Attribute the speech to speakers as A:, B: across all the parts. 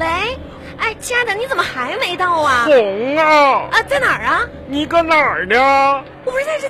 A: 喂，哎，亲爱的，你怎么还没到啊？
B: 红啊，
A: 啊，在哪儿啊？
B: 你搁哪儿呢？
A: 我不是在这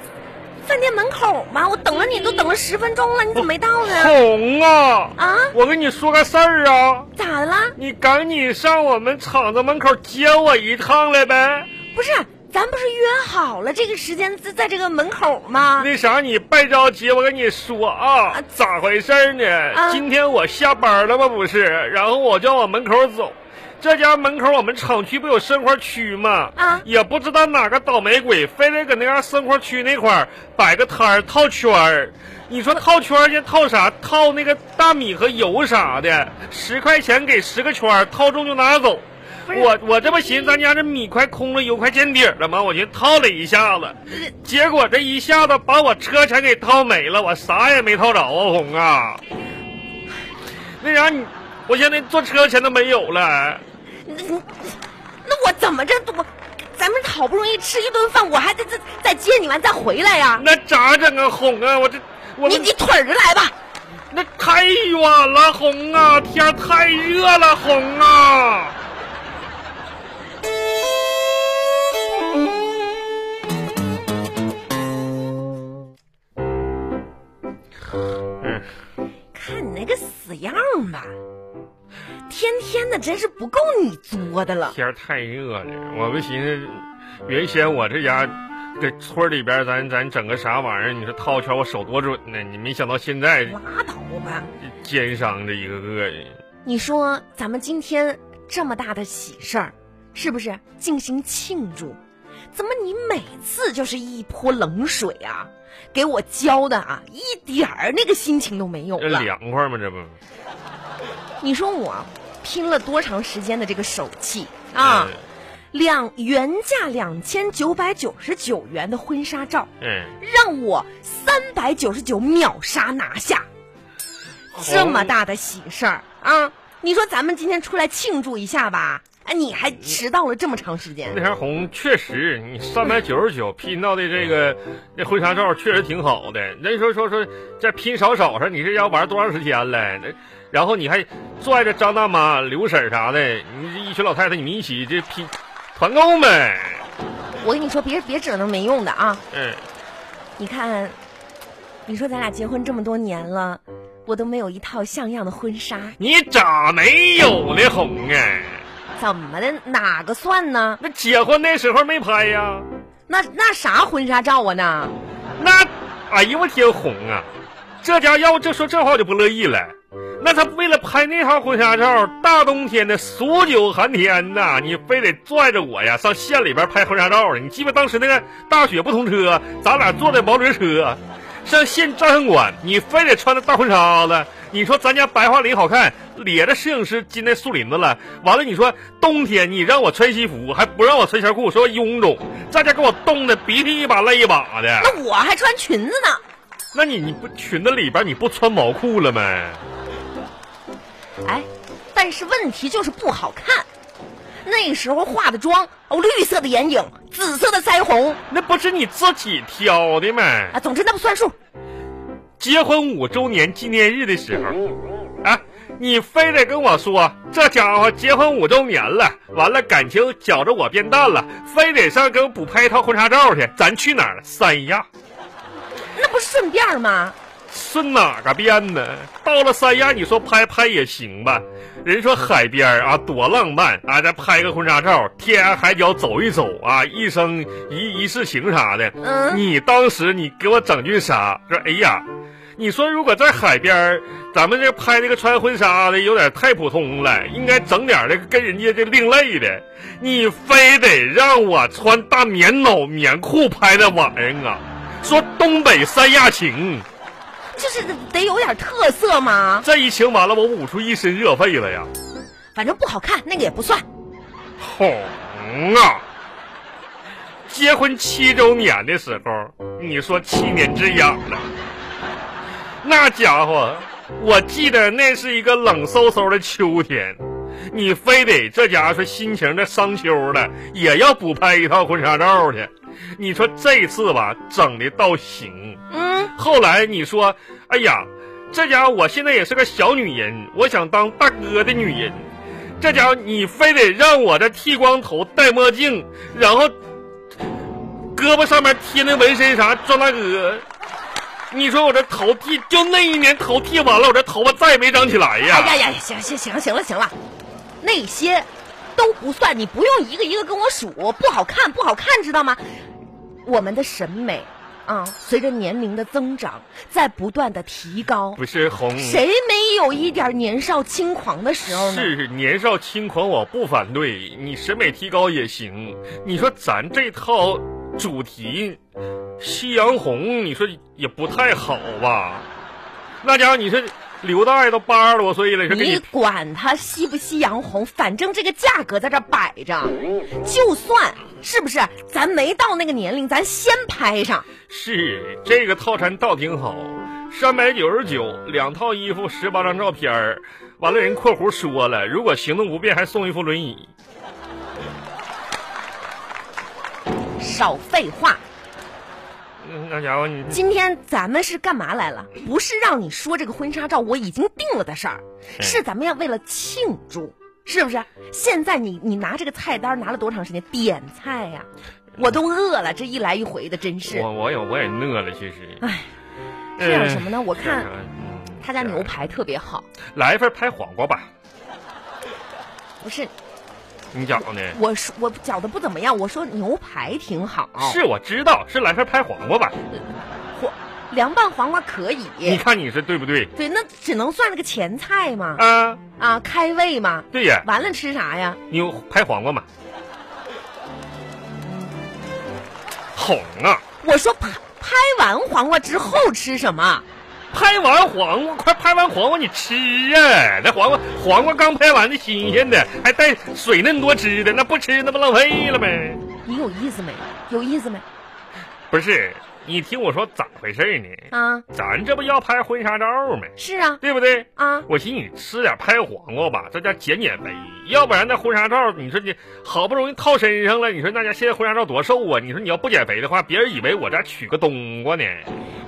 A: 饭店门口吗？我等了你都等了十分钟了，你怎么没到呢？
B: 红啊，
A: 啊，
B: 我跟你说个事儿啊，
A: 咋的啦？
B: 你赶紧上我们厂子门口接我一趟来呗。
A: 不是，咱不是约好了这个时间在在这个门口吗？
B: 那啥，你别着急，我跟你说啊
A: 啊，
B: 咋回事儿呢？
A: 啊
B: 今天我下班了吗？不是，然后我就往门口走。这家门口我们厂区不有生活区吗？
A: 啊
B: 也不知道哪个倒霉鬼，非得搁那家生活区那块儿摆个摊儿套圈儿。你说套圈儿去套啥？套那个大米和油啥的，十块钱给十个圈儿，套中就拿走。
A: 不是
B: 我我这不寻思咱家这米快空了，油快见底儿了吗？我寻思套了一下子，
A: 呃
B: 结果这一下子把我车钱给套没了，我啥也没套着啊，红啊！那啥，你我现在坐车钱都没有了。
A: 那你那我怎么着我？咱们好不容易吃一顿饭，我还得再再接你完再回来呀、
B: 那咋整啊，红啊？我这我
A: 你
B: 们
A: 你腿儿着来吧。
B: 那太远了，红啊！天儿太热了，红啊！嗯，
A: 看你那个死样儿吧，天天的真是不够你作的了。
B: 天儿太热了，我不寻思，原先我这家这村儿里边儿咱咱整个啥玩意儿？你说套圈我手多准呢，你没想到现在
A: 拉倒吧！
B: 奸商这一个个的。
A: 你说咱们今天这么大的喜事儿，是不是进行庆祝？怎么你每次就是一泼冷水啊？给我浇的啊，一点儿那个心情都没有
B: 这
A: 了。
B: 凉快吗？这不
A: 你说我拼了多长时间的这个手气
B: 嗯
A: 啊？两原价两千九百九十九元的婚纱照，
B: 嗯，
A: 让我三百九十九秒杀拿下，这么大的喜事儿啊！你说咱们今天出来庆祝一下吧？哎，你还迟到了这么长时
B: 那
A: 间，
B: 条红确实，你三百九十九拼到的这个那婚纱照确实挺好的。人说说说这拼少少上，你是要玩多长时间了？那然后你还拽着张大妈、刘婶儿啥的，你这一群老太太你们一起这拼团购呗。
A: 我跟你说，别别整那没用的啊！
B: 嗯，
A: 你看，你说咱俩结婚这么多年了，我都没有一套像样的婚纱，
B: 你咋没有呢？红啊，
A: 怎么的哪个算呢？
B: 那结婚那时候没拍呀？
A: 那那啥婚纱照啊呢？
B: 那，哎呦我天红啊！这家要这说这话我就不乐意了。那他为了拍那套婚纱照，大冬天的数九寒天呐，你非得拽着我呀上县里边拍婚纱照去。你记不当时那个大雪不通车，咱俩坐的毛驴车，上县照相馆，你非得穿着大婚纱子。你说咱家白桦林好看，咧着摄影师进那树林子了。完了，你说冬天你让我穿西服，还不让我穿线裤，说我臃肿，在家给我冻的鼻涕一把泪一把的。
A: 那我还穿裙子呢。
B: 那你你不裙子里边你不穿毛裤了没？
A: 哎，但是问题就是不好看。那时候化的妆，哦，绿色的眼影，紫色的腮红
B: 那不是你自己挑的吗？
A: 啊，总之那不算数。
B: 结婚五周年纪念日的时候，啊，你非得跟我说这家伙结婚五周年了，完了感情觉着我变淡了，非得上给我补拍一套婚纱照去，咱去哪儿？三亚。
A: 那不是顺便吗？
B: 顺哪个变呢？到了三亚，你说拍拍也行吧。人说海边儿啊多浪漫啊，再拍个婚纱照，天涯海角走一走啊，一生一一世情啥的。
A: 嗯
B: 你当时你给我整句啥？说哎呀，你说如果在海边儿，咱们这拍那个穿婚纱的有点太普通了，应该整点儿那个跟人家这另类的。你非得让我穿大棉袄棉裤拍那玩意儿啊？说东北三亚情。
A: 就是得有点特色嘛，
B: 这一情完了，我捂出一身热痱了呀！
A: 反正不好看，那个也不算。
B: 红啊！结婚七周年的时候，你说七年之痒了，那家伙，我记得那是一个冷飕飕的秋天，你非得这家伙说心情的伤秋了，也要补拍一套婚纱照去。你说这次吧，整的倒行。
A: 嗯，
B: 后来你说，哎呀，这家伙我现在也是个小女人，我想当大哥的女人。这家伙你非得让我这剃光头、戴墨镜，然后胳膊上面贴那纹身啥，庄大哥，你说我这头剃，就那一年头剃完了，我这头发再也没长起来呀。
A: 哎呀呀，行行行行了行了，那些都不算，你不用一个一个跟我数，不好看不好看，知道吗？我们的审美啊，随着年龄的增长，在不断的提高。
B: 不是红，
A: 谁没有一点年少轻狂的时候呢？
B: 是年少轻狂，我不反对，你审美提高也行。你说咱这套主题《夕阳红》，你说也不太好吧？那家伙，你说刘大爷都八十多岁了，你说给
A: 你
B: 你
A: 管它夕不夕阳红，反正这个价格在这摆着，就算是不是咱没到那个年龄，咱先拍上。
B: 是这个套餐倒挺好，三百九十九，两套衣服，十八张照片儿。完了，人括弧说了，如果行动不便，还送一副轮椅。
A: 少废话，
B: 嗯那家伙，你
A: 今天咱们是干嘛来了？不是让你说这个婚纱照我已经定了的事儿，
B: 嗯
A: 是咱们要为了庆祝，是不是？现在你你拿这个菜单拿了多长时间？点菜呀、我都饿了，这一来一回的，真是
B: 我我也我也饿了，其实。
A: 唉，
B: 呃
A: 这样什么呢？我
B: 这
A: 看
B: 样嗯
A: 他家牛排特别好，
B: 来一份拍黄瓜吧。
A: 不是
B: 你讲呢？
A: 我说我觉得不怎么样，我说牛排挺好，
B: 是我知道，是来份拍黄瓜吧？
A: 黄凉拌黄瓜可以，
B: 你看你是对不对？
A: 对，那只能算是个前菜嘛，
B: 啊，
A: 啊，开胃嘛，
B: 对呀，
A: 完了吃啥呀？
B: 你拍黄瓜嘛？红啊！
A: 我说拍拍完黄瓜之后吃什么？
B: 拍完黄瓜，快拍完黄瓜，你吃啊！那黄瓜，黄瓜刚拍完的，新鲜的，还带水嫩多汁的，那不吃那不浪费了呗？
A: 你有意思没？有意思没？
B: 不是，你听我说咋回事呢？
A: 啊，
B: 咱这不要拍婚纱照吗？
A: 是啊，
B: 对不对？
A: 啊，
B: 我寻思你吃点拍黄瓜吧，在家减减肥，要不然那婚纱照，你说你好不容易套身上了，你说那家现在婚纱照多瘦啊？你说你要不减肥的话，别人以为我这娶个冬瓜呢。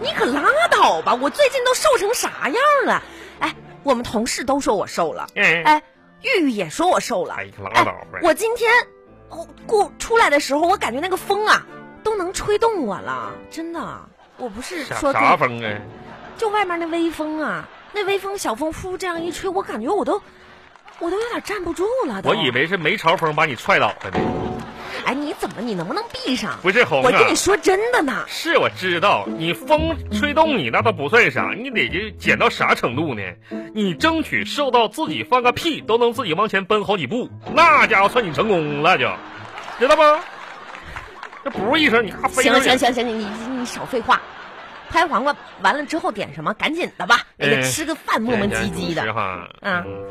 A: 你可拉倒吧！我最近都瘦成啥样了？哎，我们同事都说我瘦了，
B: 哎，
A: 哎，玉玉也说我瘦了。
B: 哎，你可拉倒吧！
A: 我今天哦过出来的时候，我感觉那个风啊，都能吹动我了，真的。我不是
B: 啥
A: 说
B: 啥
A: 对，
B: 风啊？
A: 就外面那微风啊，那微风小风呼这样一吹，我感觉我都，我都有点站不住了。都
B: 我以，为是梅超风把你踹倒了呢。
A: 哎，你怎么，你能不能闭上？
B: 不是红
A: 我
B: 啊
A: 跟，你说真的呢，
B: 是我知道，你风吹动你那倒不算啥，你得就减到啥程度呢？你争取瘦到自己放个屁都能自己往前奔好几步，那家伙算你成功了就，知道不？这不是一声你咔飞
A: 行
B: 上
A: 了，
B: 去
A: 行了行了行了，你你你少废话，拍黄瓜完了之后点什么？赶紧的吧，哎呀，
B: 哎
A: 吃个饭磨磨唧唧
B: 主持
A: 的。
B: 哈，
A: 啊
B: 嗯，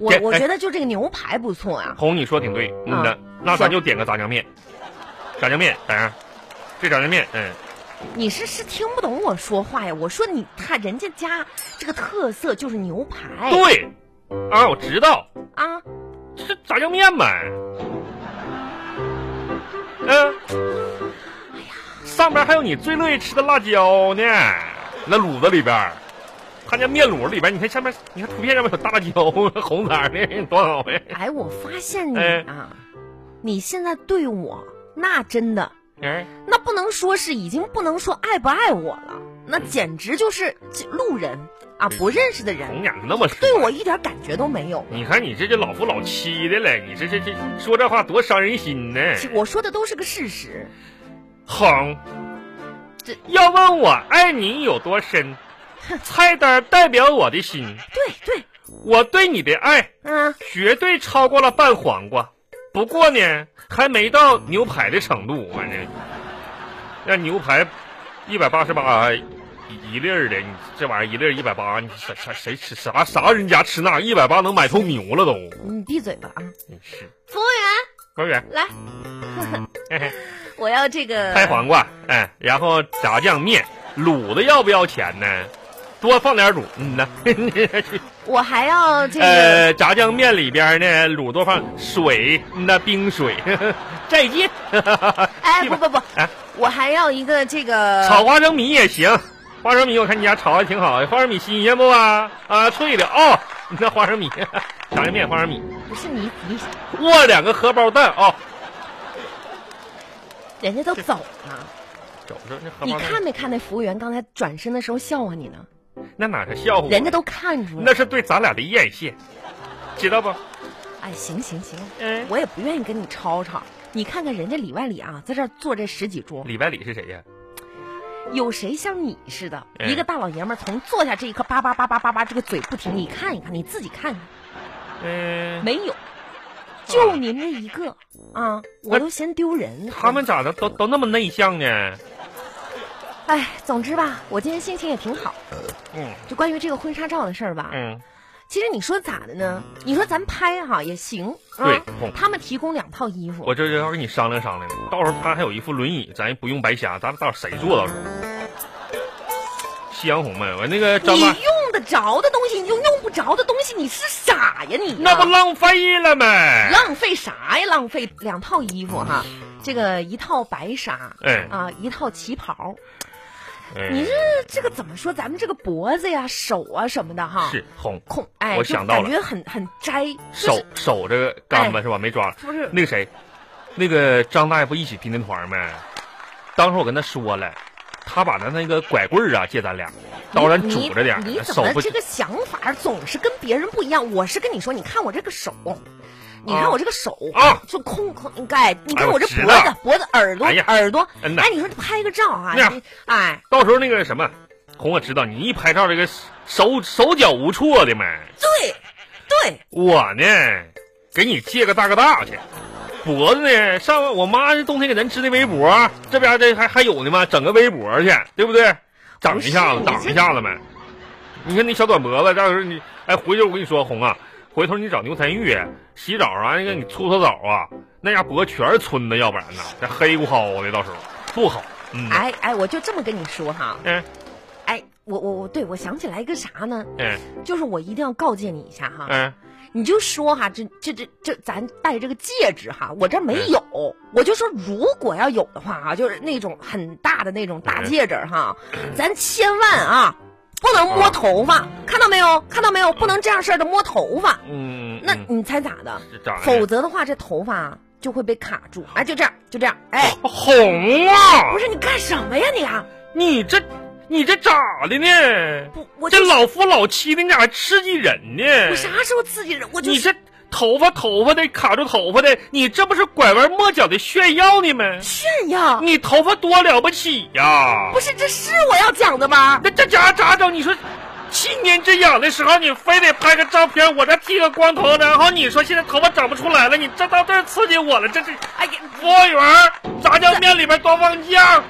A: 我我觉
B: 得
A: 得就这个牛排不错啊，
B: 红你说挺对，嗯
A: 啊
B: 的，那咱
A: 行
B: 就点个炸酱面，炸酱面咋样？这炸酱面，嗯，
A: 你是是听不懂我说话呀？我说你看人家家这个特色就是牛排
B: 对，啊，我知道，
A: 啊，
B: 这炸酱面呗。嗯、上边还有你最乐意吃的辣椒呢，那卤子里边儿，他家面卤里边儿，你看下面，你看图片上面有大辣椒， 红色儿的，多好呗。
A: 哎，我发现你
B: 哎
A: 啊，你现在对我那真的
B: 哎，
A: 那不能说是已经不能说爱不爱我了，那简直就是这路人啊，不认识的人
B: 红眼那么
A: 对
B: 说，
A: 我一点感觉都没有。
B: 你看你这就老夫老妻的了，你这这这说这话多伤人心呢。
A: 其我说的都是个事实，
B: 哼，
A: 这
B: 要问我爱你有多深，菜单代表我的心，
A: 对对，
B: 我对你的爱
A: 嗯，
B: 绝对超过了拌黄瓜，不过呢，还没到牛排的程度。反正，那牛排一百八十八哎一粒儿的，你这玩意儿一粒儿一百八，你啥啥谁吃啥啥人家吃那一百八能买头牛了都。
A: 你闭嘴吧啊！
B: 真是，
A: 服务员
B: 服务员，
A: 来，
B: 嘿嘿
A: 我要这个
B: 拍嗯黄瓜，哎，然后炸酱面，卤的要不要钱呢？多放点卤，嗯呐，
A: 我还要这个。
B: 呃，炸酱面里边呢，卤多放水，嗯呐，冰水， 再 见。
A: 哎，
B: 一
A: 不不
B: 百
A: 不，
B: 啊
A: 我还要一个这个
B: 炒花生米也行，花生米我看你家炒的 挺好，花生米新鲜不啊？啊，脆的哦，你那花生米，炸酱面花生米，
A: 不是你你，
B: 握两个荷包蛋啊，
A: 人家都走了，
B: 走着那荷
A: 你
B: 包蛋，
A: 看没看那服务员刚才转身的时候笑话你呢？
B: 那哪是笑话啊？
A: 人家都看出来。
B: 那是对咱俩的艳羡，知道不？
A: 哎，行行行，
B: 嗯，
A: 我也不愿意跟你吵吵。你看看人家里外里啊，在这儿坐这十几桌，
B: 礼拜里是谁呀？
A: 有谁像你似的，
B: 嗯
A: 一个大老爷们儿从坐下这一刻叭叭叭叭叭叭，这个嘴不停。你看一看，你自己看看，
B: 嗯，
A: 没有，就您这一个啊，我都嫌丢人。
B: 他们咋的都都那么内向呢？
A: 哎，总之吧，我今天心情也挺好。
B: 嗯
A: 就关于这个婚纱照的事儿吧，
B: 嗯，
A: 其实你说咋的呢？你说咱拍哈、也行，啊、
B: 对嗯
A: 他们提供两套衣服，
B: 我这就要跟你商量商量了，到时候他还有一副轮椅，咱也不用白瞎，咱们到时候谁坐到时候？夕阳红呗，我那个张
A: 你
B: 曼，
A: 用得着的东西，你就用不着的东西，你是傻呀你呀啊
B: 那不浪费了呗？
A: 浪费啥呀？浪费两套衣服哈、这个一套白纱，
B: 哎
A: 啊，一套旗袍。
B: 哎
A: 你这这个怎么说？咱们这个脖子呀、手啊什么的哈，
B: 是红
A: 控哎，
B: 我
A: 就
B: 想到了
A: 感觉很很摘，就
B: 手
A: 是哎
B: 手这个干巴是吧？没抓
A: 不是
B: 那个谁，那个张大爷不一起拼的团吗？当时我跟他说了，他把他那个拐棍儿啊借咱俩，当然拄着点儿
A: 你你，怎
B: 手
A: 么
B: 不
A: 这个想法总是跟别人不一样？我是跟你说，你看我这个手，你看我这个手
B: 啊
A: 就空空盖，你看
B: 哎
A: 我这
B: 我知
A: 脖子
B: 道、
A: 脖子、耳朵、
B: 哎呀
A: 耳朵，
B: 嗯呐
A: 哎，你说拍个照啊，
B: 那样
A: 你哎，
B: 到时候那个什么，红我知道你一拍照这个手手脚无措的嘛，
A: 对，对，
B: 我呢给你借个大哥大去。脖子呢？上我妈冬天给咱织的围脖，这边这还还有呢吗？整个围脖去，对不对？整一下子，
A: 不是
B: 挡一下子呗。你看那小短脖子，到时候你哎，回去我跟你说，红啊，回头你找牛三玉洗澡啊，那个你搓搓澡啊，那家脖全是皴的，要不然呢，这黑咕蒿的，到时候不好。嗯，
A: 哎哎，我就这么跟你说哈，
B: 嗯
A: 哎，我我我，对我想起来一个啥呢？
B: 嗯
A: 就是我一定要告诫你一下哈，
B: 嗯，
A: 你就说哈，这这这这，咱戴这个戒指哈，我这儿没有，
B: 嗯
A: 我就说如果要有的话啊，就是那种很大的那种
B: 嗯
A: 大戒指哈，咱千万啊不能摸头发，
B: 啊
A: 看到没有？看到没有？不能这样式儿的摸头发，
B: 嗯，
A: 那
B: 嗯哎
A: 你猜咋的？
B: 这咋的
A: 否则的话，这头发就会被卡住。哎，就这样，就这样，
B: 哦
A: 哎，
B: 红啊
A: 不，是你干什么呀你啊？
B: 你这你这咋的呢？
A: 不，我就
B: 这老夫老妻的，你咋还刺激人呢？
A: 我啥时候刺激人？我就
B: 你
A: 是
B: 这头发头发的卡住头发的，你这不是拐弯抹角的炫耀呢吗？
A: 炫耀，
B: 你头发多了不起呀、
A: 不是这是我要讲的吗？
B: 那这家咋整？你说，七年之痒的时候，你非得拍个照片，我再剃个光头，然后你说现在头发长不出来了，你这到这儿刺激我了，这这
A: 哎呀，
B: 服务员儿，炸酱面里边多放酱，